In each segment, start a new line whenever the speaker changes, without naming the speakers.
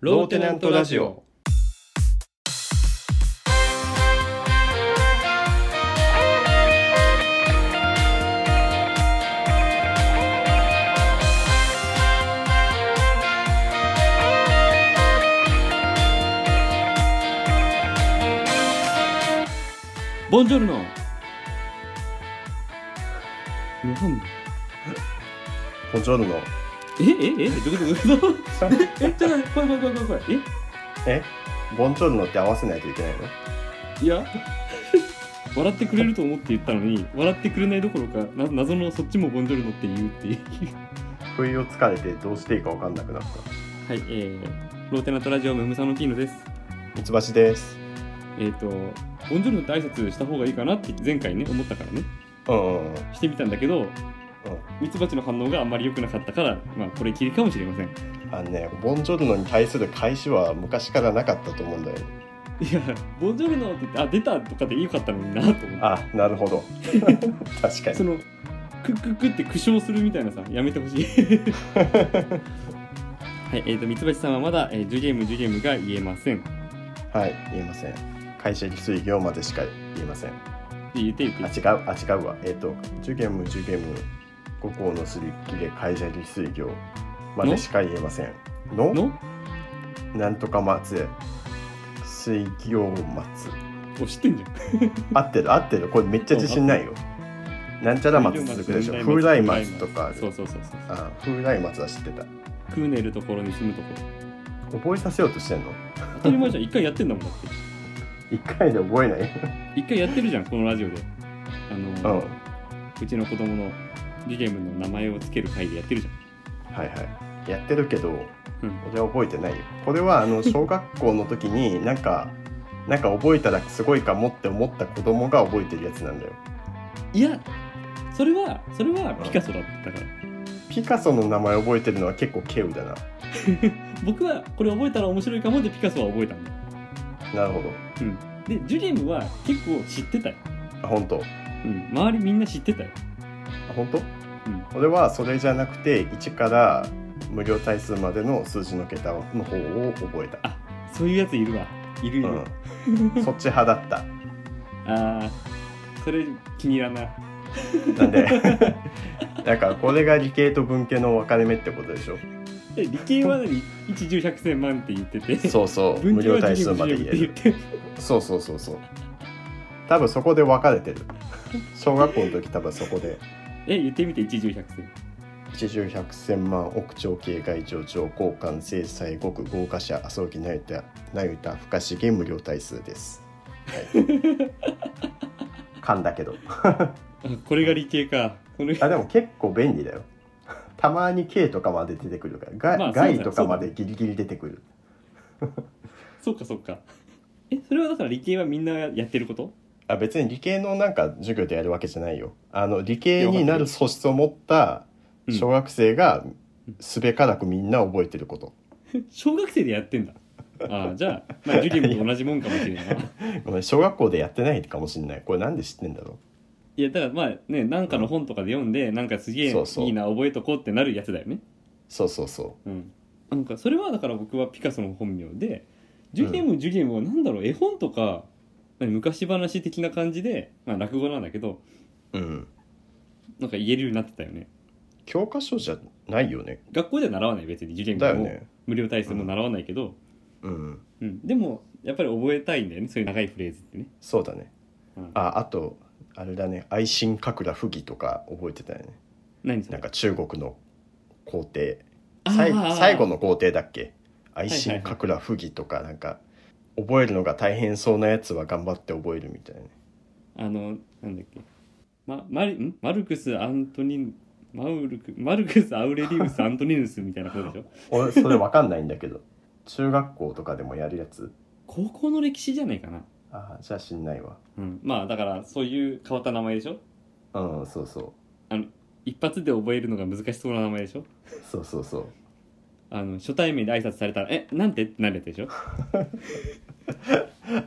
ローテナントラジオ。
ボンジョルノ日本
コントロールの。
えええどういうことどういうこと えちょっと怖い怖い怖い怖い怖い
えボンチョルノって合わせないといけないの
えいや 笑ってくれると思って言ったのに笑ってくれないどころかな謎のそっちもボンジョルノって言うっていう
不意をつかれてどうしていいか分かんなくなっ
はいえー、ローテナントラジオムムサノキーノです
た。ミツバシです。
えっ、とボンジョルノって挨拶した方がいいかなって前回ね思ったからね
うんうんうん。
してみたんだけどミツバチの反応があんまり良くなかったからまあこれきりかもしれません
あのね、ボンジョルノに対する返しは昔からなかったと思うんだよね。
いや、ボンジョルノって言って、あ、出たとかでよかったのになと思って。
あ、なるほ ど。確 か
その、
に。
クックックって苦笑するみたいなさ、やめてほし い。はい、えっ、と、三橋さんはまだ、えー、10ゲーム、10ゲームが言えません。
はい、言えません。会社水業までしか言えません。あ、
言って言って。
違う、あ、違うわ。えっ、と、受験無受験無5校のすり切れ会社水業までしか言えません。の
の
なんとか松水行松
お、知ってんじゃん。
合ってる合ってるこれめっちゃ自信ないよなんちゃら松続くでしょ風来松とかあ
そう
る
そうそうそう。
あ風来松は知ってた
クーネルところに住むところ。
覚えさせようとしてんの
当たり前じゃん、一回やってんだもんだって。
一回で覚えない
一回やってるじゃん、このラジオで。あ
う
の、
ん
うちの子供の10ゲームの名前をつける回でやってるじゃん。
はいはいやってるけど
うん
俺は覚えてないよこれは あの小学校の時になんかなんか覚えたらすごいかもって思った子供が覚えてるやつなんだよ
いや、それは、それはピカソだったから。
ピカソの名前覚えてるのは結構稀有だな
僕はこれ覚えたら面白いかもでピカソは覚えたんだ
なるほど
でジュリムは結構知ってたよ、
あ本当
うん、周りみんな知ってたよ
あ本当、
ん
俺はそれじゃなくて1から無料対数までの数字の桁の方を覚えた、
そういうやついるわいるいる、あ
うん、そっち派だった
あーそれ気に入らんない
なんで だからこれが理系と文系の分かれ目ってことでしょ
で理系は何一重百千万って言ってて
そうそう
文
無
系
料
は
対
ジ
数
ュリム
まで
ジュ
言え
リム
る
って言って
そうそうそうそう多分そこで分かれてる小学校の時多分そこで
え言ってみて一重百千
一重百千万億兆系外上長交換制裁極豪華者麻生木那由他那由他不可思議無料対 数です、はい、勘だけど
あこれが理系かこれ
あでも結構便利だよたまに K とかまで出てくるからが、
まあそうだよ
外とかまでギリギリ出てくる
そうかそうかえそれはだから理系はみんなやってること
あ別に理系のなんか授業でやるわけじゃないよあの理系になる素質を持った
うん
小学生がすべからくみんな覚えてること、
小学生でやってんだああじゃあ、まあ、ジュリムと同じもんかもし れないな
ごめん小学校でやってないかもしれないこれなんで知ってんだろう
いやだからまあねなんかの本とかで読んで、なんかすげえ
そうそう
いいな覚えとこうってなるやつだよね
そうそうそ
うんなんかそれはだから僕はピカソの本名でジュリエム・ジュリエムはなんだろう絵本とか何昔話的な感じで、まあ、落語なんだけど
ううん
なんか言えるようになってたよね
教科書じゃないよね
学校では習わない別にジュリエ
だよ
ムも、
ね
無料体制も習わないけど、
うん
うんでもやっぱり覚えたいんだよねそういう長いフレーズってね、
そうだね
うん、
ああとあれだね愛新覚羅不義とか覚えてたよね
何そ
な
れ
んか中国の皇帝
あ
さい
ー
最後の皇帝だっけ愛新覚羅不義とかなんか覚えるのが大変そうなやつは頑張って覚えるみたいな
あの、なんだっけ。ま、マリ、んマルクス・アントニ、マウルク、マルクス・アウレリウス・アントニヌスみたいなことで しょ
俺それわかんないんだけど中学校とかでもやるやつ
高校の歴史じゃないかな。
ああじゃあ知んないわ
うん。まあ、だから、そういう変わった名前でしょ
うんそうそ
一発で覚えるのが難しそうな名前でしょ
うそうそうそう
あの、初対面で挨拶されたら、え、なんてってなるやつでしょ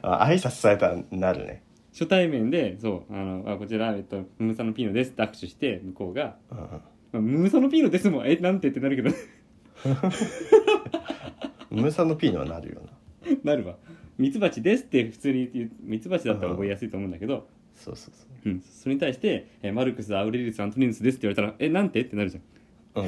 あ挨拶されたらなるね
初対面で、そう、あの、あこちら、えっと、ムーサノピーノですって握手して、向こうが、
うん
まあ、ムーサノピーノですもん、え、なんてってなるけど、
ムサノピーノはなるよな
なるわミツバチですって普通に言うミツバチだったら覚えやすいと思うんだけど、
そうそうそ
うんそれに対して、えーマルクスアウレリウスアントニウスですって言われたら「えなんて?」ってなるじゃん
うう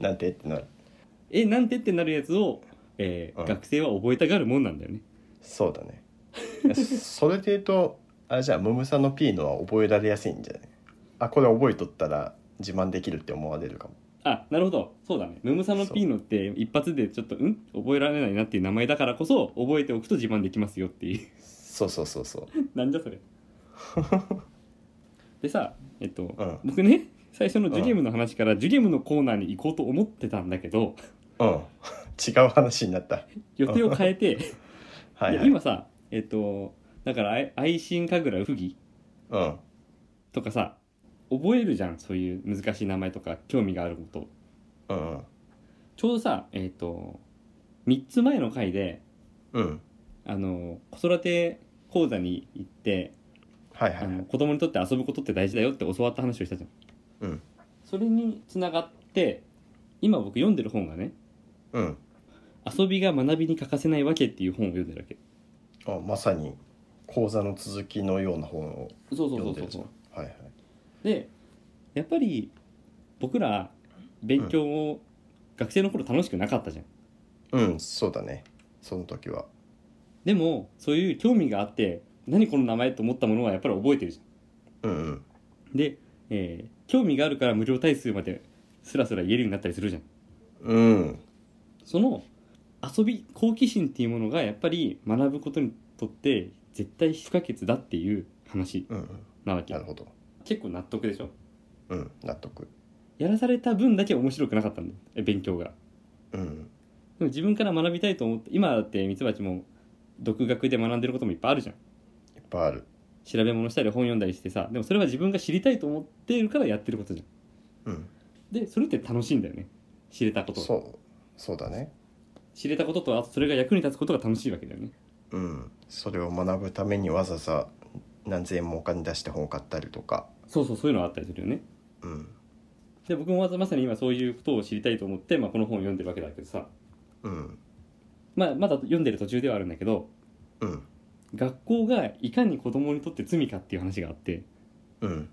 ん なんてってなる
「えなんて?」ってなるやつを、えー
うん
学生は覚えたがるもんなんだよね
そうだねいやそれで言うとあれじゃあムムサノピーノは覚えられやすいんじゃないあこれ覚えとったら自慢できるって思われるかも
あなるほどそうだねムムサノピーノって一発でちょっとうん覚えられないなっていう名前だからこそ覚えておくと自慢できますよっていう
そうそうそうそう
なんじゃそれ でさえっと、
うん
僕ね最初のジュゲームの話からジュゲームのコーナーに行こうと思ってたんだけど
うん 違う話になった
予定を変え て
はいい
や
はい
今さえっとだからあい愛心神楽不義
うん
とかさ覚えるじゃんそういう難しい名前とか興味があること
うん
ちょうどさえっと3つ前の回で
うん
あの子育て講座に行って、
はいはい
あ
は
の
い
子供にとって遊ぶことって大事だよって教わった話をしたじゃん
うん
それにつながって今僕読んでる本がね
うん
「遊びが学びに欠かせないわけ」っていう本を読んでるわけ
あまさに講座の続きのような本を
そうそう
読
そうそ
んでる
う
じゃんはいはい
でやっぱり僕ら勉強を学生の頃楽しくなかったじゃん、
うんそうだねその時は
でもそういう興味があって何この名前と思ったものはやっぱり覚えてるじ
うんう
ゃ
ん
んで、えー興味があるから無料対数まですらすら言えるようになったりするじゃん
うん
その遊び好奇心っていうものがやっぱり学ぶことにとって絶対不可欠だっていう話
うんうん
なわけ
なるほど
結構納得でしょ
うん納得
やらされた分だけ面白くなかったんだよえ勉強が
うん
でも自分から学びたいと思って今だってミツバチも独学で学んでることもいっぱいあるじゃん
いっぱいある
調べ物したり本読んだりしてさでもそれは自分が知りたいと思ってるからやってることじ
うん
ゃんでそれって楽しいんだよね知れたことが
そうそうだね
知れたこととあとそれが役に立つことが楽しいわけだよね
うん、それを学ぶためにわざわざ何千円もお金出して本を買ったりとか、
そうそうそういうのはあったりするよね
うん
で僕もまさまさに今そういうことを知りたいと思って、まあ、この本を読んでるわけだけどさ、
うん
まあ、まだ読んでる途中ではあるんだけど
うん
学校がいかに子供にとって罪かっていう話があって、
うん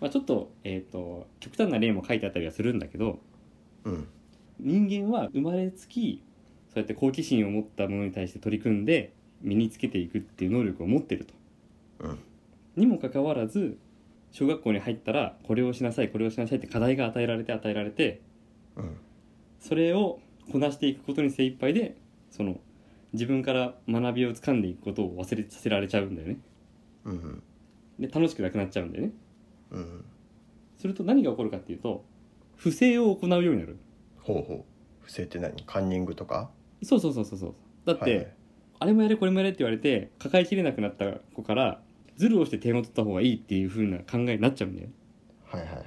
まあ、ちょっと,、えー、と極端な例も書いてあったりはするんだけど
うん
人間は生まれつきそうやって好奇心を持ったものに対して取り組んで身につけていくっていう能力を持ってると。
うん
にもかかわらず小学校に入ったらこれをしなさいこれをしなさいって課題が与えられて与えられて
うん
それをこなしていくことに精一杯でその自分から学びを掴んでいくことを忘れさせられちゃうんだよね
うん
で楽しくなくなっちゃうんだよね
うん
すると何が起こるかっていうと不正を行うようになる
ほうほう不正って何カンニングとか
そうそうそうそうそうだって、
はいはい
あれもやれこれもやれって言われて抱えきれなくなった子からズルをして点を取った方がいいっていう風な考えになっちゃうんだよね
はいはいはい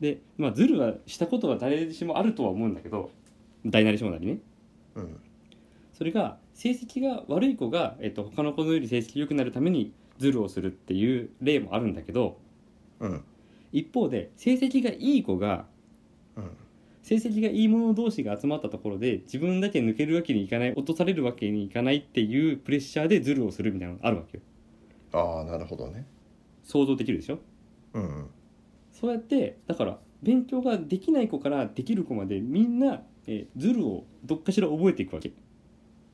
でまあズルはしたことは誰しもあるとは思うんだけど大なり小なりね
うん
それが成績が悪い子が、えっと、他の子のより成績良くなるためにズルをするっていう例もあるんだけど
うん
一方で成績がいい子が
うん
成績がいい者同士が集まったところで自分だけ抜けるわけにいかない落とされるわけにいかないっていうプレッシャーでズルをするみたいなのがあるわけよ
ああなるほどね
想像できるでしょ
うんうん
そうやってだから勉強ができない子からできる子までみんな、えーズルをどっかしら覚えていくわけ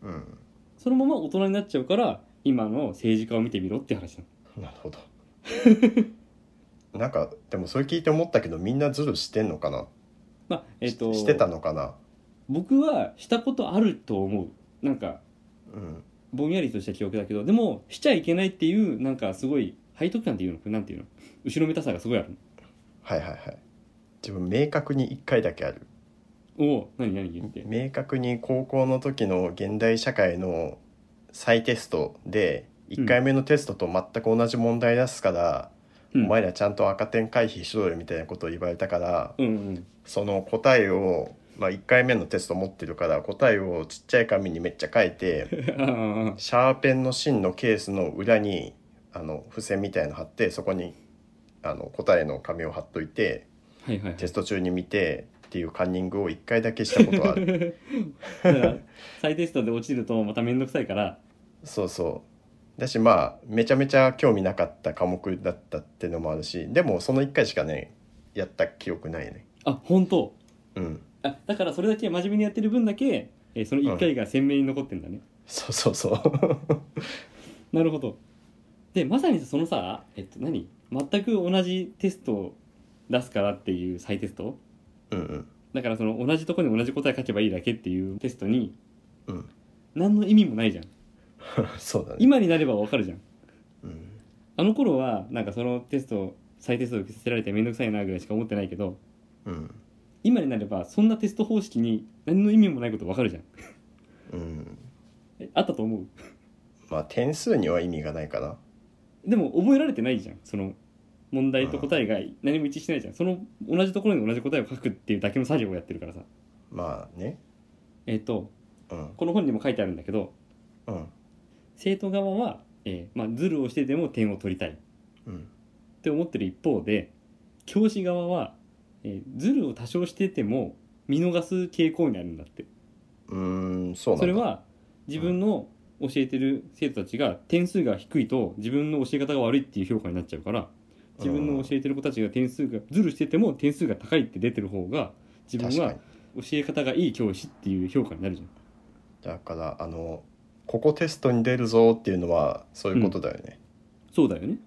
うん
そのまま大人になっちゃうから今の政治家を見てみろって話なの
なるほど なんかでもそれ聞いて思ったけどみんなズルしてんのかな、
まあえっ、と
ししてたのかな
僕はしたことあると思うなんか
うん
ぼんやりとした記憶だけどでもしちゃいけないっていうなんかすごい背徳感っていうのこれなんていうの後ろめたさがすごいある
はいはいはい自分明確に1回だけある
おお何何言って
明確に高校の時の現代社会の再テストで
うん
1回目のテストと全く同じ問題出すから、
うん
お前らちゃんと赤点回避しろよみたいなことを言われたから、
うんうん
その答えを、まあ、1回目のテスト持ってるから答えをちっちゃい紙にめっちゃ書い て
ああああ
シャーペンの芯のケースの裏にあの付箋みたいの貼ってそこにあの答えの紙を貼っといて
はいはいはい
テスト中に見てっていうカンニングを1回だけしたことは ある
だから再テストで落ちるとまた面倒くさいから
そうそうだしまあめちゃめちゃ興味なかった科目だったってのもあるしでもその1回しかねやった記憶ないね
あ本当
うん
あだからそれだけ真面目にやってる分だけ、えーその1回が鮮明に残ってんだね、
そうそうそう
なるほどでまさにそのさえっと何全く同じテストを出すからっていう再テスト
うんうん
だからその同じとこに同じ答え書けばいいだけっていうテストに
うん
何の意味もないじゃん
そうだね
今になればわかるじゃん
うん
あの頃はなんかそのテスト再テスト受けさせられて面倒くさいなぐらいしか思ってないけど
うん
今になればそんなテスト方式に何の意味もないことわかるじゃん
うん
えあったと思う
まあ点数には意味がないかな
でも覚えられてないじゃんその問題と答えが何も一致してないじゃんその同じところに同じ答えを書くっていうだけの作業をやってるからさ
まあね
えっ、と
うん
この本にも書いてあるんだけど
うん
生徒側は、えーまあ、ズルをしてでも点を取りたいっ
うん
て思ってる一方で教師側は、えーズルを多少してても見逃す傾向にあるんだって
うーんそうなんだ
それは自分の教えてる生徒たちが点数が低いと自分の教え方が悪いっていう評価になっちゃうから自分の教えてる子たちが点数がズルしてても点数が高いって出てる方が自分
確か
は
に
教え方がいい教師っていう評価になるじゃん
だからあのここテストに出るぞっていうのはそういうことだよね、
そうだよ ね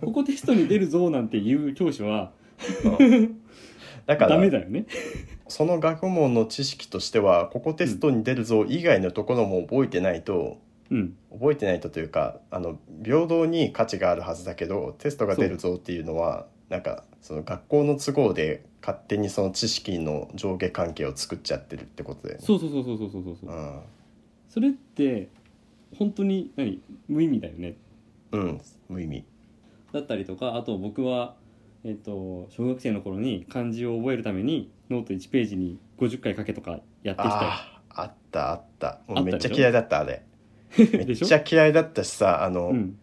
ここテストに出るぞなんていう教師は
うんだか
ダ
ら
メだよね
その学問の知識としてはここテストに出るぞ以外のところも覚えてないと、
うん
覚えてないとというかあの平等に価値があるはずだけどテストが出るぞっていうのはなんかその学校の都合で勝手にその知識の上下関係を作っちゃってるってことだよね。
そうそうそうそうそうそうそうそう
うん
それって本当に何無意味だよね
うん、無意味。
だったりとかあと僕は、えっと小学生の頃に漢字を覚えるためにノート1ページに50回書けとかやってきたよ
ああーあったあった
あ
もう
ったでしょ
めっちゃ嫌いだったあれめ
で
っ
しょ
ちゃ嫌いだったしさあの、う
うん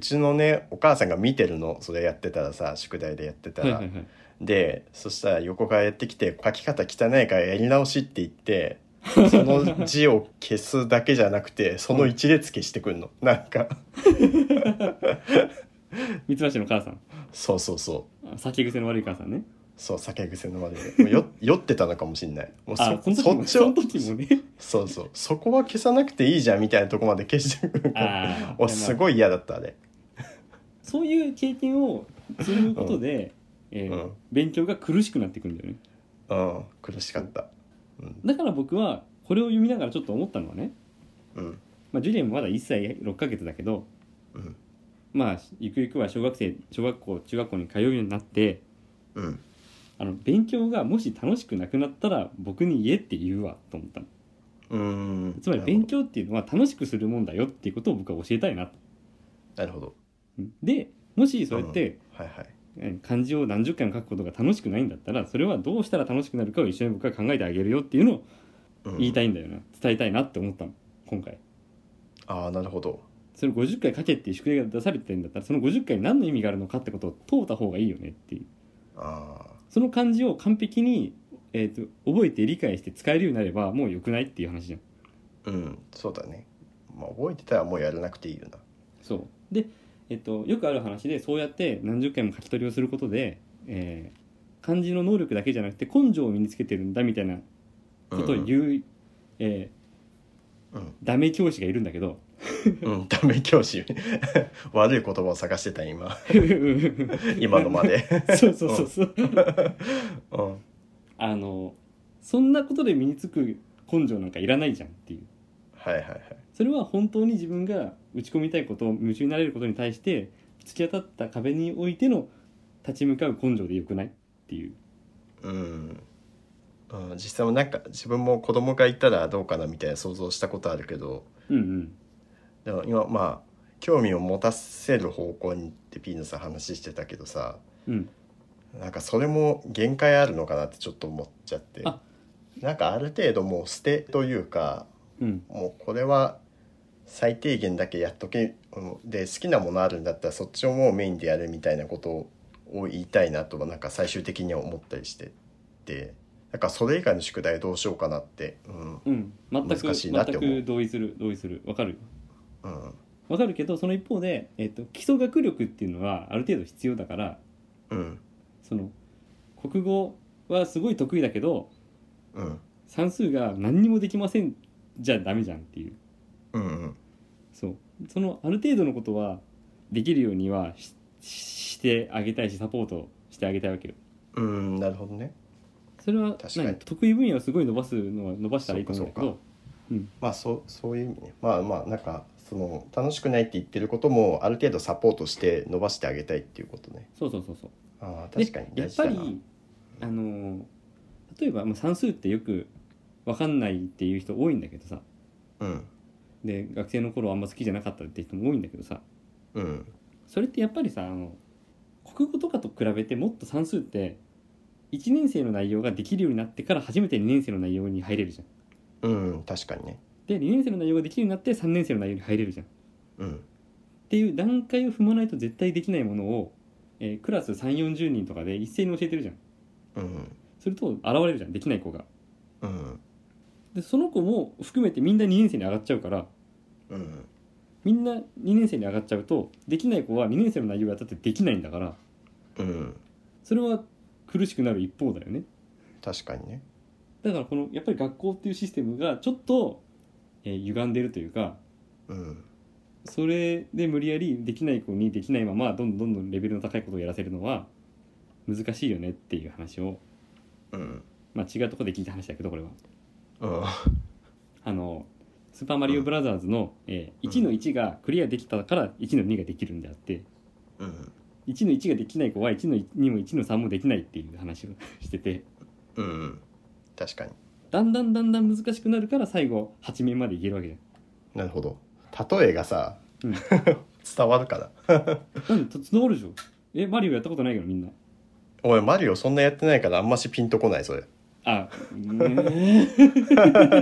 ちのねお母さんが見てるのそれやってたらさ宿題でやってた
はい
ら、
はいはい
でそしたら横からやってきて書き方汚いからやり直しって 言ってその字を消すだけじゃなくてその一列消してくんの、なんか
三橋の母さん
そうそうそう
あ酒癖の悪い母さんね
そう酒癖の悪いも うよ酔ってたのかもしんないもう
あその時
そ
も
っち
その
を
時もね
そうそうそこは消さなくていいじゃんみたいなとこまで消してくるから
あ
おす
い
ごい嫌だったあれ
そういう経験を積むことで、えー
うん
勉強が苦しくなってくるんだよね
うん苦しかったうん
だから僕はこれを読みながらちょっと思ったのはね、
うん
まあ、ジュリエンもまだ1歳6ヶ月だけど
うん
まあゆくゆくは小学生小学校中学校に通うようになって
うん
あの勉強がもし楽しくなくなったら僕に言えって言うわと思ったの
うーん
つまり勉強っていうのは楽しくするもんだよっていうことを僕は教えたいなと
なるほど
うんでもしそれって、
はいはい
え漢字を何十回も書くことが楽しくないんだったらそれはどうしたら楽しくなるかを一緒に僕は考えてあげるよっていうのを
うん
言いたいんだよな、伝えたいなって思ったの今回
ああなるほど
それ50回書けっていう宿題が出されてるんだったらその50回に何の意味があるのかってことを問うた方がいいよねっていう
ああ
その漢字を完璧に、えー、と覚えて理解して使えるようになればもう良くないっていう話じゃん
うんそうだねまあ覚えてたらもうやらなくていいよな
そうで、えっと、よくある話でそうやって何十回も書き取りをすることで、えー漢字の能力だけじゃなくて根性を身につけてるんだみたいなことを言う、えー
うん
ダメ教師がいるんだけ ど
うん、うん、ダメ教師 悪い言葉を探してた 今今のまで
そうそうそうそう
うん
あのそんなことで身につく根性なんかいらないじゃんっていう
はいはいはい
それは本当に自分が打ち込みたいこと夢中になれることに対して突き当たった壁においての立ち向かう根性でよくないっていう
うんうん実際もなんか自分も子供がいたらどうかなみたいな想像したことあるけど
うんうん
でも今まあ興味を持たせる方向にってピーノさん話してたけどさ
うん
なんかそれも限界あるのかなってちょっと思っちゃって
あ
なんかある程度もう捨てというか
うん
もうこれは最低限だけやっとけうんで好きなものあるんだったらそっちをもうメインでやるみたいなことを言いたいなとはなんか最終的には思ったりしてってなんかそれ以外の宿題どうしようかなってうん
うん全く
難しいなって思う
全く同意する同意するわかるよ
うん
わかるけどその一方で、えっと基礎学力っていうのはある程度必要だから
うん
その国語はすごい得意だけど
うん
算数が何にもできませんじゃダメじゃんっていう
うんうん
そうそのある程度のことはできるようにはしししてあげたいしサポートしてあげたいわけよ
うんなるほどね
それは
確かに
何得意分野をすごい伸ばすのは伸ばしたらいいと思うんだけ
そう
ど
まあそうそういう意味ねまあまあなんかその楽しくないって言ってることもある程度サポートして伸ばしてあげたいっていうことね
そうそうそうそう
ああ
で
確かに
やっ
大事
ぱ
だな
りあのー例えば、まあ、算数ってよく分かんないっていう人多いんだけどさ
うん
で学生の頃あんま好きじゃなかったって人も多いんだけどさ
うん
それってやっぱりさあの国語とかと比べてもっと算数って1年生の内容ができるようになってから初めて2年生の内容に入れるじゃん。
うん確かにね
で2年生の内容ができるようになって3年生の内容に入れるじゃん。っ
うん
ていう段階を踏まないと絶対できないものを、えークラス3 4 0人とかで一斉に教えてるじゃん。
うん
すると現れるじゃんできない子が。
うん
でその子も含めてみんな2年生に上がっちゃうから
うん
みんな2年生に上がっちゃうとできない子は2年生の内容やったってできないんだから
うん
それは苦しくなる一方だよね。
確かにね
だからこのやっぱり学校っていうシステムがちょっと、えー歪んでるというか
うん
それで無理やりできない子にできないままどんどんどんどんレベルの高いことをやらせるのは難しいよねっていう話を、
うん
まあ、違うところで聞いた話だけどこれは
うん
あの「スーパーマリオブラザーズの」えー1の1がクリアできたから1の2ができるんであって
うん
1の1ができない子は1の2も1の3もできないっていう話を してて
うん確かに
だんだんだんだん難しくなるから最後8面までいけるわけじゃん。
なるほど例えがさ、
うん
伝わるかな
なんで集わるでしょえマリオやったことないけどみんな。
おいマリオそんなやってないからあんましピンとこないそれ
あ、ね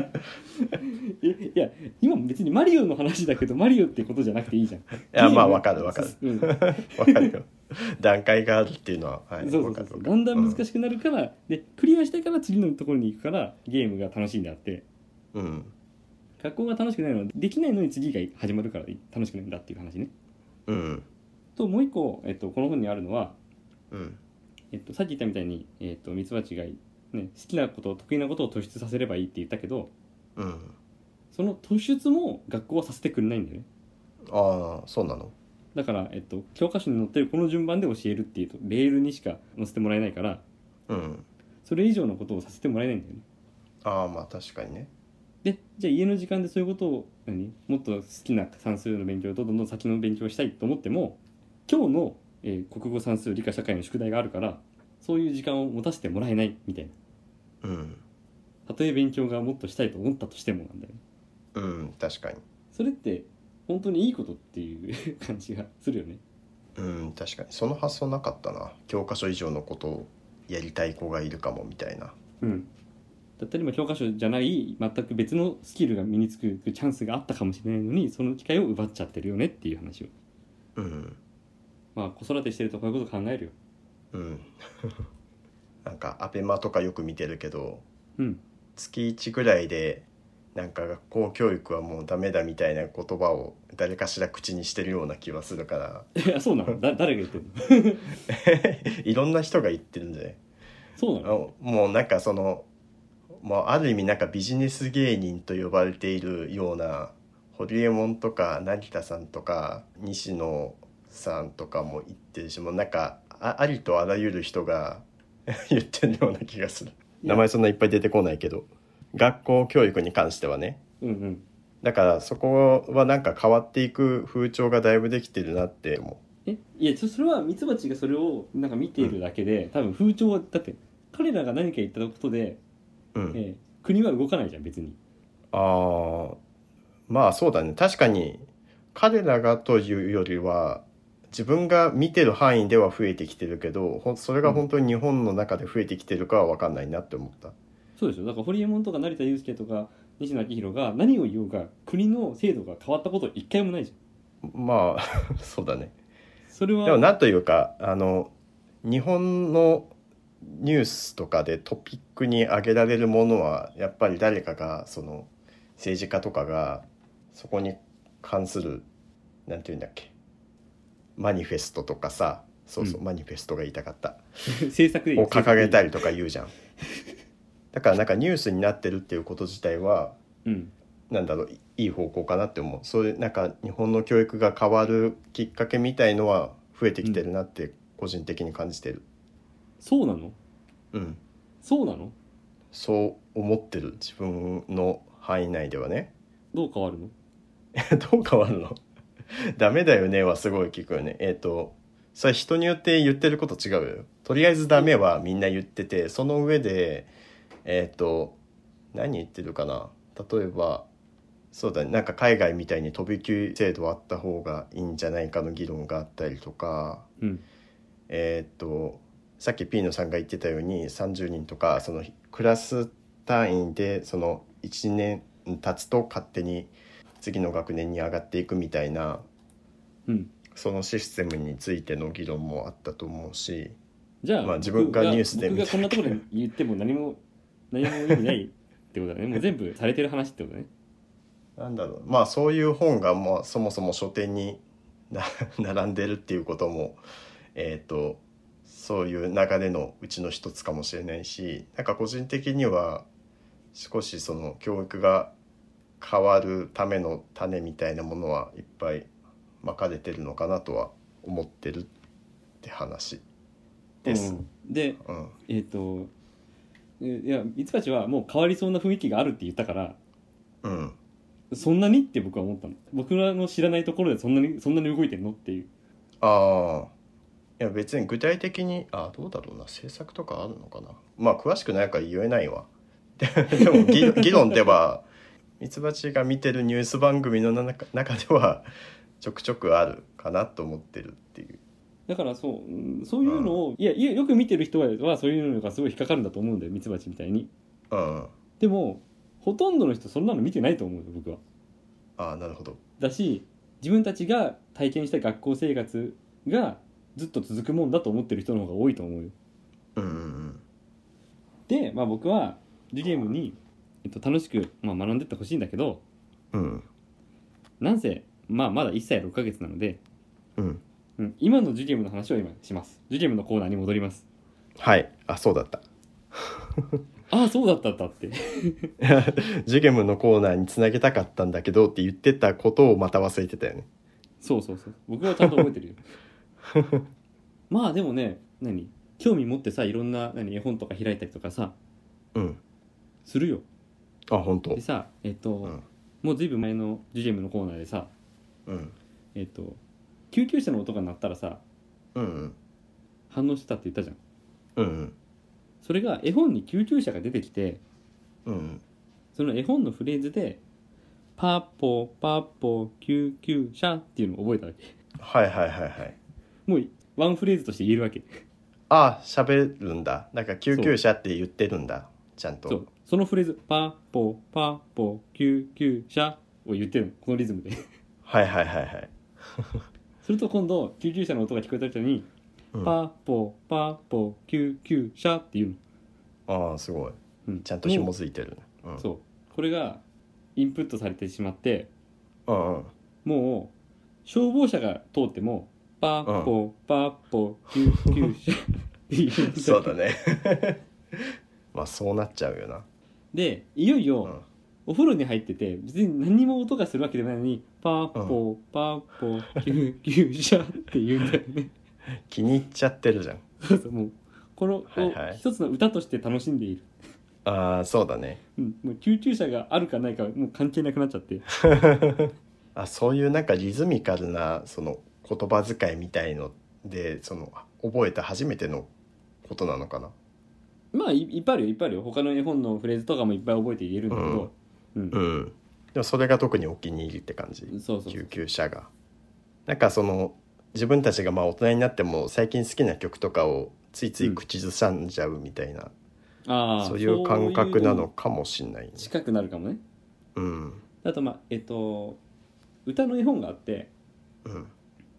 え いや今も別にマリオの話だけどマリオってことじゃなくていいじゃん。い
いやまあわかるわかる。
うん、
わかるよ段階があるっていうのははい
そうそ
わ
う
か
そう
るわかる
だんだん難しくなるから、でクリアしてから次のところに行くからゲームが楽しいんであって
うん
学校が楽しくないのはできないのに次が始まるから楽しくないんだっていう話ね。
うん
ともう一個、えっと、この本にあるのは、
うん
えっと、さっき言ったみたいに、えっと、ミツバチが、ね、好きなこと得意なことを突出させればいいって言ったけど
うん
その突出も学校はさせてくれないんだよね。
ああそうなの
だから、えっと、教科書に載ってるこの順番で教えるっていうとレールにしか載せてもらえないから
うん
それ以上のことをさせてもらえないんだよね。
ああまあ確かにね
でじゃあ家の時間でそういうことを何もっと好きな算数の勉強とどんどん先の勉強をしたいと思っても今日の、えー国語算数理科社会の宿題があるからそういう時間を持たせてもらえないみたいな
うん
たとえ勉強がもっとしたいと思ったとしてもなんだよね。
うん確かに
それって本当にいいことっていう 感じがするよね。
うん確かにその発想なかったな教科書以上のことをやりたい子がいるかもみたいな
うん、だったりまあ教科書じゃない全く別のスキルが身につくチャンスがあったかもしれないのにその機会を奪っちゃってるよねっていう話を
うん
まあ子育てしてるとこういうこと考えるよ
うん なんかアベマとかよく見てるけど
うん
月1ぐらいでなんか学校教育はもうダメだみたいな言葉を誰かしら口にしてるような気はするから
いやそうなのだ誰が言ってるの
いろんな人が言ってるんじゃない
そうな
あ
の
のもうなんかそのもうある意味なんかビジネス芸人と呼ばれているようなホリエモンとか成田さんとか西野さんとかも言ってるしもうなんかあありとあらゆる人が 言ってるような気がする
いや
名前そんないっぱい出てこないけど学校教育に関してはね
うんうん
だからそこはなんか変わっていく風潮がだいぶできてるなって思
えいやちょそれはミツバチがそれをなんか見ているだけで、多分風潮はだって彼らが何か言ったことで、
う、うん、
えー国は動かないじゃん別に
ああまあそうだね確かに彼らがというよりは自分が見てる範囲では増えてきてるけどほんそれが本当に日本の中で増えてきてるかは分かんないなって思った。
そうでしょだからホリエモンとか成田悠輔とか西野昭弘が何を言おうか国の制度が変わったこと一回もないじゃん
まあ そうだね
それは
でもなんというかあの日本のニュースとかでトピックに挙げられるものはやっぱり誰かがその政治家とかがそこに関するなんていうんだっけマニフェストとかさそうそう、
うん
マニフェストが言いたかった
制作でいい
を掲げた
り、
りとか言うじゃん。だからなんかニュースになってるっていうこと自体は
うん、
なんだろういいい方向かなって思うそういうなんか日本の教育が変わるきっかけみたいのは増えてきてるなって個人的に感じてる
そうなの
うん
そうなの
そう思ってる自分の範囲内ではね
どう変わるの
どう変わるのダメだよねはすごい聞くよねえっ、とそれ人によって言ってること違うよとりあえずダメはみんな言っててその上でえっ、と何言ってるかな例えばそうだねなんか海外みたいに飛び級制度あった方がいいんじゃないかの議論があったりとか
うん
えーっとさっきピーノさんが言ってたように30人とかそのクラス単位でその1年経つと勝手に次の学年に上がっていくみたいな
うん
そのシステムについての議論もあったと思うし
じゃあ、
まあ自分がニュースで
僕が僕がこんなところで言っても何 も何も意味ないってことだねもう全部されてる話ってことね
なんだろうまあそういう本がまあそもそも書店にな 並んでるっていうこともえーっとそういう中でのうちの一つかもしれないしなんか個人的には少しその教育が変わるための種みたいなものはいっぱいまかれてるのかなとは思ってるって話です。
うんで
うん、
えっ、とえいやミツバチはもう変わりそうな雰囲気があるって言ったから
うん、
そんなにって僕は思ったの僕らの知らないところでそんなにそんなに動いてんのっていう
ああいや別に具体的にあどうだろうな政策とかあるのかなまあ詳しくないから言えないわ ででも議議論ではミツバチが見てるニュース番組の中中ではちょくちょくあるかなと思ってるっていう
だからそううんそういうのを、いやいやよく見てる人ははそういうのがすごい引っかかるんだと思うんだよミツバチみたいに
うん
でもほとんどの人そんなの見てないと思うよ僕は
ああなるほど
だし自分たちが体験した学校生活がずっと続くもんだと思ってる人の方が多いと思うよ
うんうんうん
で、まあ、僕はジュリエムに、えっと、楽しく、まあ、学んでってほしいんだけど
うん
なんせ、まあ、まだ1歳6ヶ月なので、
うん
うん、今のジュリエムの話を今しますジュリエムのコーナーに戻ります
はいあそうだった
ああそうだったったって
ジゲムのコーナーにつなげたかったんだけどって言ってたことをまた忘れてたよね
そうそうそう僕はちゃんと覚えてる よまあでもね何興味持ってさいろんな何絵本とか開いたりとかさ
うん
するよ
あ本当
でさえっと、
うん
もうずいぶん前のジュリエムのコーナーでさ
うん
えっと救急車の音が鳴ったらさ
うんうん
反応してたって言ったじゃん
うんうん
それが絵本に救急車が出てきて
うんうん
その絵本のフレーズで「パッポパッポ救急車」っていうのを覚えたわけ
はいはいはいはい
もうワンフレーズとして言えるわけ
あ喋るんだなんか救急車って言ってるんだちゃん
そ
と
うそのフレーズ「パッポパッポ救急車」を言ってるのこのリズムで
はいはいはいはい、
すると今度救急車の音が聞こえた時に
う
「
ん、あ
パッポパッポ救急車」っていうの、
あすごい
うん、
ちゃんと紐づいてるね、うん、
そうこれがインプットされてしまって
うんうん
もう消防車が通ってもパッポパッポ救急車っていう
そうだね まあそうなっちゃうよな
でいよいうよ
ん
お風呂に入ってて別に何も音がするわけでもないのにパッポパッポ救急車っていうんだよね
気に入っちゃってるじゃん
そうそうもうこの、
はいはい
一つの歌として楽しんでいる、
ああそうだね
うん、もう救急車があるかないかもう関係なくなっちゃって
あそういうなんかリズミカルなその言葉遣いみたいのでその覚えた初めてのことなのかな
まあいいっぱいあるよいっぱいあるよ他の絵本のフレーズとかもいっぱい覚えて言えるんだけど、うん
うんでもそれが特にお気に入りって感じ
そうそうそう
救急車がなんかその自分たちがまあ大人になっても最近好きな曲とかをついつい口ずさんじゃうみたいな、
ああ
そういう感覚なの
そういう
かもしんないね
に近くなるかもね
うん
あとまあえっと歌の絵本があって
うん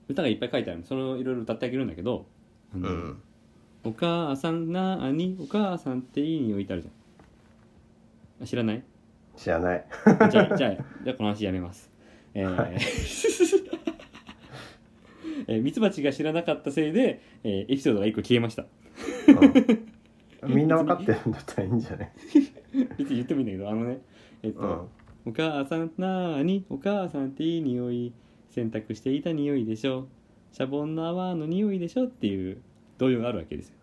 歌がいっぱい書いてあるのそれをいろいろ歌ってあげるんだけど、あ
う
の
ん
お母さんなあにお母さんっていい匂いってあるじゃんあ知ら ない
知らない
じゃあじゃあじゃあこの話やめますえー
は
えーミツバチが知らなかったせいで、えーエピソードが1個消えました
うんみんな分かってるんだったらいいんじゃない
別に言ってもいいんだけどあのねえっと、
う
お
ん
母さんなーにお母さんっていい匂い洗濯していた匂いでしょシャボンの泡の匂いでしょっていう動揺があるわけですよ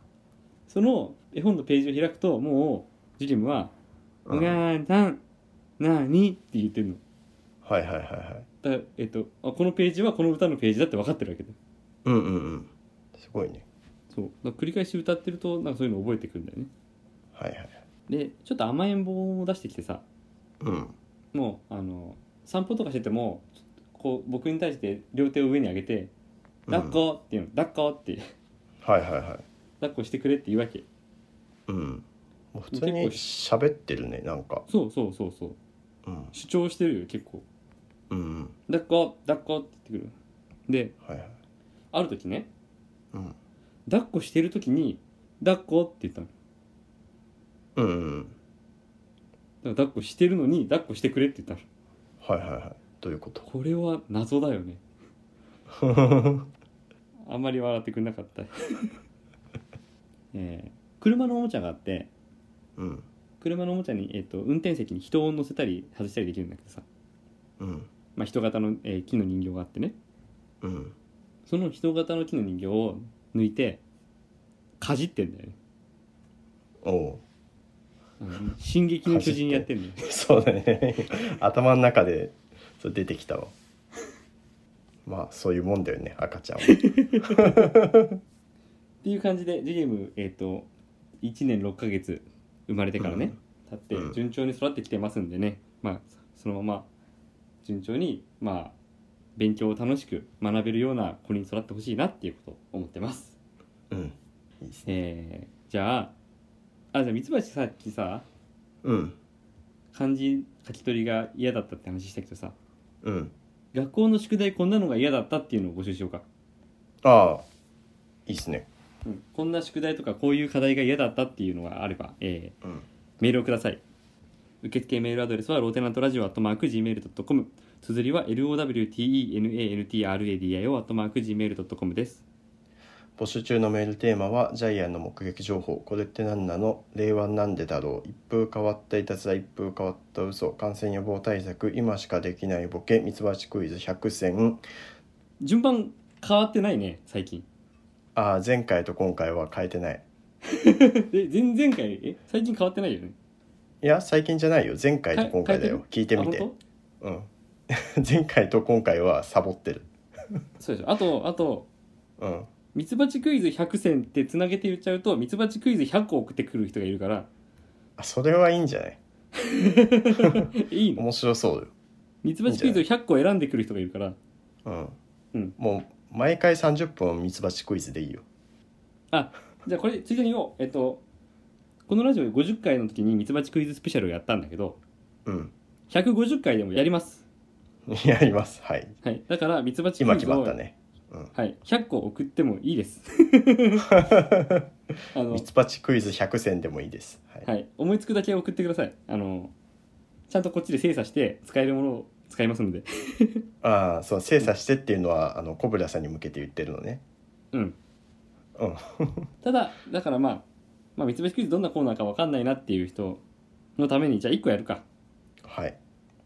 その絵本のページを開くともうジュリムは「
う
お
んはい
母さんなーに」って言ってるの
はいはいはい
だからえっとあこのページはこの歌のページだって分かってるわけだよ
うんうんうんすごいね
そうだから繰り返し歌ってるとなんかそういうの覚えてくるんだよね
はいはい
でちょっと甘えん坊も出してきてさ
うん
もうあの散歩とかしててもこう僕に対して両手を上に上げて「
うん
抱っこ」っていうの「抱っこ」って
はいはいはい
抱っこしてくれって言うわけ
うんもう普通に喋ってるねなんか
そうそうそうそう
うん
主張してるよ結構
うんうん
抱っこ抱っこって言ってくるで
はいはい
ある時ね
うん
抱っこしてる時に「抱っこ」って言ったのだ
うんうん
から抱っこしてるのに抱っこしてくれって言ったの
はいはいはいどういうこと
これは謎だよねあんまり笑ってくれなか った、えー車のおもちゃがあって
うん
車のおもちゃに、えー、と運転席に人を乗せたり外したりできるんだけどさ、
うん
まあ、人型の、えー木の人形があってね
うん
その人型の木の人形を抜いてかじってんだよね
おお
あの「進撃の巨人」やってんだよ
うそうだね 頭の中でそれ出てきたわまあそういうもんだよね赤 ちゃんは
っていう感じでジゲーム、えー、と1年6ヶ月生まれてからね、経
う
っ
ん
て順調に育ってきてますんでね、まあそのまま順調にまあ勉強を楽しく学べるような子に育ってほしいなっていうことを思ってます。
うんいいですね
えー、じゃああじゃあミツバチさっきさ
うん
漢字書き取りが嫌だったって話したけどさ
うん
学校の宿題こんなのが嫌だったっていうのを募集しようか、
ああいいっすね
うん、こんな宿題とかこういう課題が嫌だったっていうのがあれば、えー、
うん
メールをください受付メールアドレスはローテナントラジオアットマーク Gmail.com 綴りは LOWTENANTRADIO アットマーク Gmail.com です
募集中のメールテーマは「ジャイアンの目撃情報これって何なの令和なんでだろう一風変わったいたずら一風変わった嘘感染予防対策今しかできないボケミツバチクイズ100選」
順番変わってないね最 近
ああ前回と今回は変えてない
え前々回え最近変わってないよね
いや最近じゃないよ前回と今回だよ
か
聞いて
あ
み
本
て
当
うん 前回と今回はサボってる
そうでしょあとあと
うん
ミツバチクイズ100選ってつなげて言っちゃうとミツバチクイズ100個送ってくる人がいるから
あそれはいいんじゃない
いいの
面白そうよ
ミツバチクイズを100個選んでくる人がいるから
うん、
うん
もう毎回30分ミツバチクイズでいいよ
じゃあこれついでに言おうえっとこのラジオ50回の時にミツバチクイズスペシャルをやったんだけど
うん
150回でもやります
やりますはい
はいだからミツバチク
今
イズ
決
を
まったね
はい100個送ってもいいです あの
ミツバチクイズ100選でもいいです。はい。
はい思いつくだけ送ってくださいあのちゃんとこっちで精査して使えるものを使いますので
ああ、そう、精査してっていうのは、あの、コブラさんに向けて言ってるのね。
うん
うん。
ただだからまあまあ三つ星クイズどんなコーナーかわかんないなっていう人のためにじゃあ1個やるか
はい。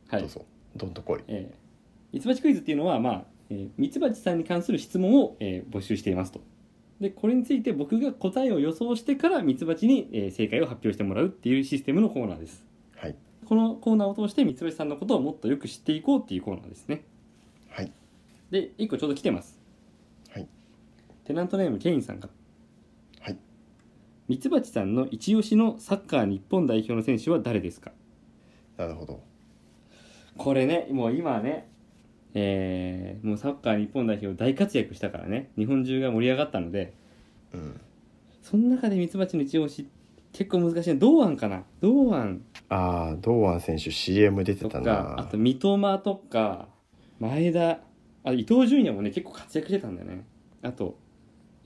は
ど
いう
ぞ。どんとこい。
えー、ミツバチクイズっていうのは、まあえー、ミツバチさんに関する質問を、えー募集していますとでこれについて僕が答えを予想してからミツバチに、えー正解を発表してもらうっていうシステムのコーナーです
はい。
このコーナーを通してミツバチさんのことをもっとよく知っていこうっていうコーナーですね
はい
で1個ちょうど来てます
はい
テナントネームケインさんが
はい
ミツバチさんの一押しのサッカー日本代表の選手は誰ですか
なるほど。
これねもう今ねえーもうサッカー日本代表大活躍したからね日本中が盛り上がったので
うん。
その中でミツバチの一押し結構難しいの堂安かな堂安
ああ、堂安選手 CM 出て
と
た
かあ
な
と。三笘とか前田あ伊東純也もね結構活躍してたんだよねあと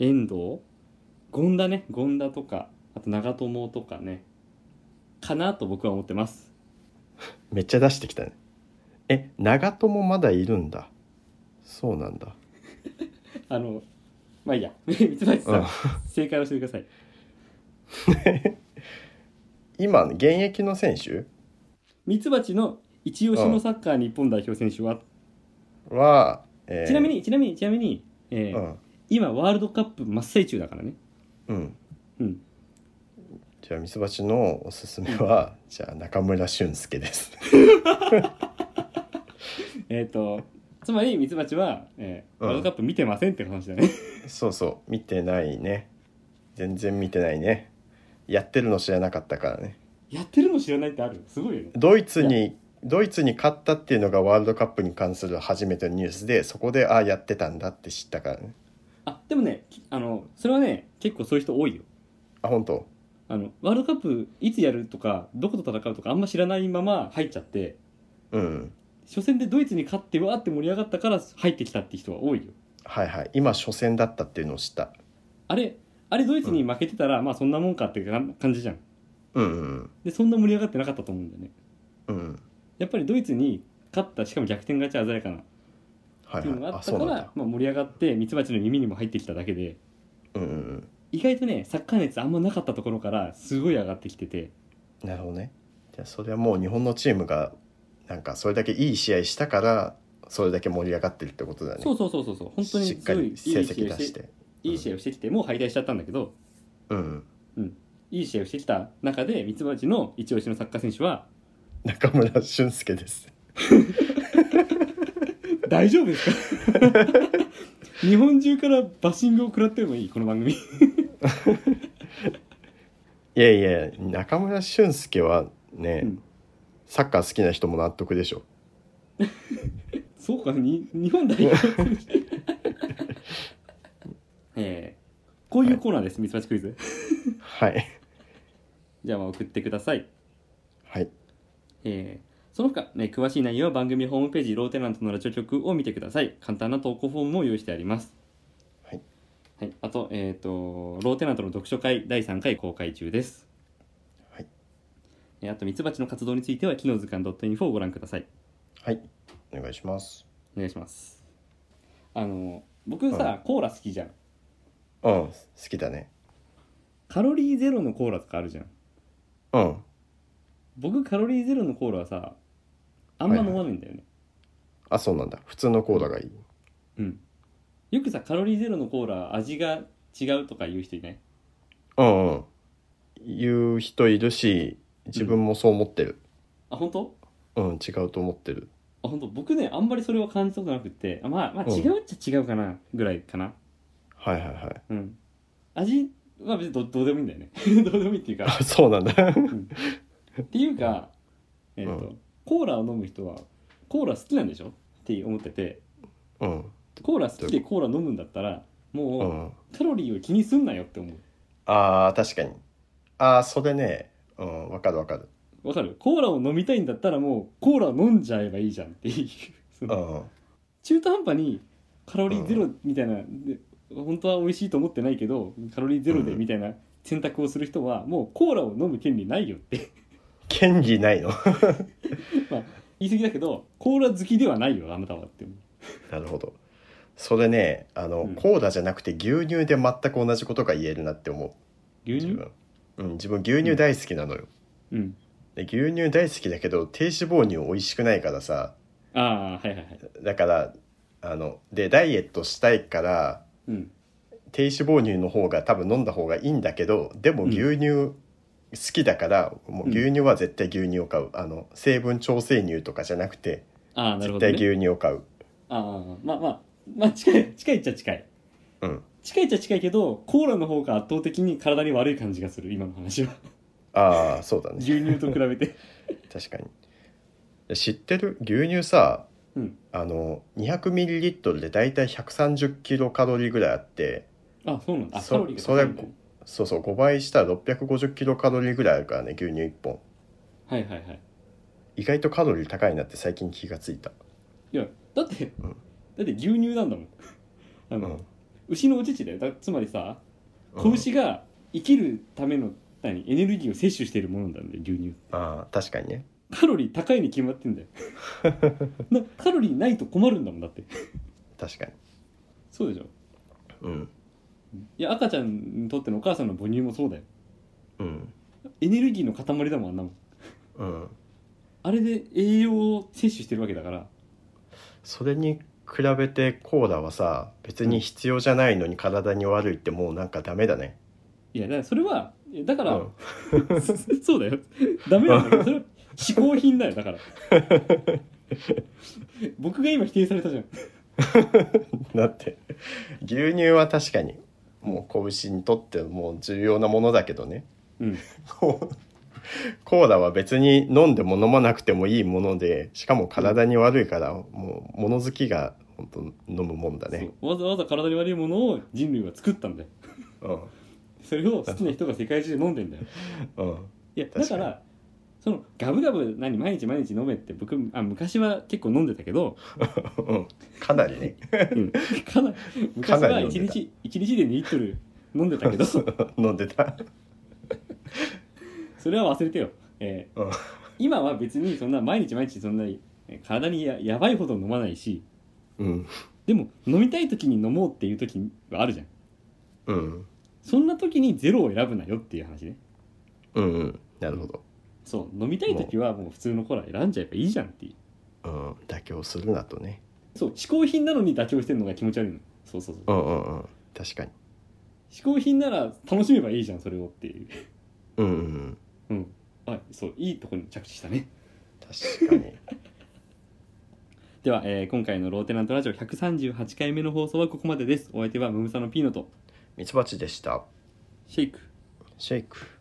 遠藤権田ね権田とかあと長友とかねかなと僕は思ってます
めっちゃ出してきたねえ長友まだいるんだそうなんだ
あのまあいいや 三橋さ
うん
ん正解をしてください
今現役の選手
ミツバチの一押しのサッカー日本代表選手は、
は、えー
ちなみにちなみにちなみに、えー
うん
今ワールドカップ真っ最中だからね
うん
うん
じゃあミツバチのおすすめはじゃあ中村俊輔です
えっ、とつまりミツバチは、えー
うん
ワールドカップ見てませんって話だね
そうそう見てないね全然見てないねやってるの知らなかったからね
やってるの知らないってあるすごいよね
ドイツにドイツに勝ったっていうのがワールドカップに関する初めてのニュースでそこでああやってたんだって知ったからね
あでもねきあのそれはね結構そういう人多いよ
あ本当
あのワールドカップいつやるとかどこと戦うとかあんま知らないまま入っちゃって
うん
初戦でドイツに勝ってわーって盛り上がったから入ってきたって人は多いよ
はいはい今初戦だったっていうのを知った
あれあれドイツに負けてたら、まあそんなもんかってか感じじゃん
うんうん
でそんな盛り上がってなかったと思うんだよね
うんうん
やっぱりドイツに勝ったしかも逆転勝ち鮮やかなっ
は
て
い
いうの
は
があ
いあ
った
そ
か
うなん
ら、
だ
まあ、盛り上がってミツバチの耳にも入ってきただけで
うんうん
意外とねサッカー熱あんまなかったところからすごい上がってきてて
うんなるほどねじゃあそれはもう日本のチームがなんかそれだけいい試合したからそれだけ盛り上がってるってことだね
そうそうそうそうそう本当に
し
す
っか
ごいい
り
い試合
成
を
績出
し
してて
いい試合をしてきてもう敗退しちゃったんだけど
うん
いい試合をしてきた中でミツバチの一押しのサッカー選手 は
中村俊輔です
「大丈夫ですか? 」 日本中からバッシングを食らってもいいこの番組
いやいや中村俊輔はね、
うん
サッカー好きな人も納得でしょ
そうかに日本代 表えーこういうコーナーです、ミツバチクイズ
はい
じゃあまあ送ってください
はい
えーその他、ね、詳しい内容は番組ホームページローテナントのラジオ局を見てください簡単な投稿フォームも用意してあります
はい、
はい、あと,、えー、とローテナントの読書会第3回公開中です
はい、
えーあとミツバチの活動については機能図鑑 .info をご覧ください
はいお願いします
お願いしますあの僕さ、
は
コーラ好きじゃん
うん好きだね
カロリーゼロのコーラとかあるじゃん
うん
僕カロリーゼロのコーラはさあんま飲まないんだよね、
あそうなんだ普通のコーラがいい
うんよくさカロリーゼロのコーラは味が違うとか言う人いない
うんうん言う人いるし自分もそう思ってる
あ本当
うん、違うと思ってる
あ本当僕ねあんまりそれは感じたことなくってあまあまあ
うん
違うっちゃ違うかなぐらいかな
はいはいはい
うん、味は別にどどうでもいいんだよね どうでもいいっていうか
あそうなんだ
っていうかえっ、と、
う
コーラを飲む人はコーラ好きなんでしょって思ってて
うん
コーラ好きでコーラ飲むんだったら
う
も
ん
うカロリーを気にすんなよって思
あー確かにあーそれねうんわかるわかる
うわかるコーラを飲みたいんだったらもうコーラを飲んじゃえばいいじゃんっていう その
うん
中途半端にカロリーゼロみたいな、で本当は美味しいと思ってないけどカロリーゼロで
うん
みたいな選択をする人は、もうコーラを飲む権利ないよって
権利ないの
言い過ぎだけどコーラ好きではないよあなたはって思う
なるほどそれねあの、
うん
コーラじゃなくて牛乳で全く同じことが言えるなって思う
牛
自
乳
分うん自分牛乳大好きなのよ、
うん
で牛乳大好きだけど低脂肪乳美味しくないからさ
ああはいはいはい
だからあのでダイエットしたいから
うん
低脂肪乳の方が多分飲んだ方がいいんだけどでも
うん
牛乳好きだから、もう牛乳は絶対牛乳を買うあの成分調整乳とかじゃなくて
ああなるほ
絶
ど、
対
ね、
牛乳を買う、
ああまあまあまあ近い近いっちゃ近い
うん
近いっちゃ近いけどコーラの方が圧倒的に体に悪い感じがする今の話は
ああそうだね
牛乳と比べて
確かに知ってる牛乳さ、
うん
あの 200ml でだいたい 130kcal ぐらいあって
あそうなんだあ
そ
カロリーが高いんだね
そうそう5倍したら 650kcal ぐらいあるからね牛乳1本
はいはいはい
意外とカロリー高いなって最近気がついた、
いやだって、
うん
だって牛乳なんだもん あ
うん
の、牛のお乳だよだつまりさ、子牛が生きるための何エネルギーを摂取しているものなんだよ牛乳
ああ確かにね
カロリー高いに決まってん だよなカロリーないと困るんだもんだって
確かに
そうでしょ
うん
いや赤ちゃんにとってのお母さんの母乳もそうだよ
うん
エネルギーの塊だもんあんなもん
うん
あれで栄養を摂取してるわけだから
それに比べてコーラはさ別に必要じゃないのに体に悪いってもうなんかダメだね
いやだからそれはえだか
う
ら、
ん
そうだよダメなん だけどそれは嗜好品だよだから僕が今否定されたじゃん
だって牛乳は確かにもう子牛にとってもう重要なものだけどね
うん
こうコーラは別に飲んでも飲まなくてもいいものでしかも体に悪いからもう物好きが本当飲むもんだね
そうわざわざ体に悪いものを人類は作ったんだよ
うん
それを好きな人が世界中で飲んでんだよ
うん
いやだ
確か
か
に
らそのガブガブ何毎日毎日飲めって僕あ昔は結構飲んでたけど、
うんかなりね
うんかな
か
昔
な
は
り飲ん
1
でた
日一日で2リットル飲んで たけどそ
飲んでた
れは忘れてよ、えー
うん
今は別にそんな毎日毎日そんなえー体にややばいほど飲まないし
うん
でも飲みたい時に飲もうっていう時はあるじゃん
うん
そんな時にゼロを選ぶなよっていう話ね
うんうんなるほど、
そう飲みたい時はもう普通のコーラ選んじゃえばいいじゃんっていう
うん、妥協するなとね
そう嗜好品なのに妥協してるのが気持ち悪いのそうそうそう
うんうんうん確かに
嗜好品なら楽しめばいいじゃんそれをっていう
うんうんうん
うんはいそういいとこに着地したね
確かに
では、えー今回のローテナントラジオ138回目の放送はここまでですお相手はムムサのピーノと
ミツバチでした
シェイク
シェイク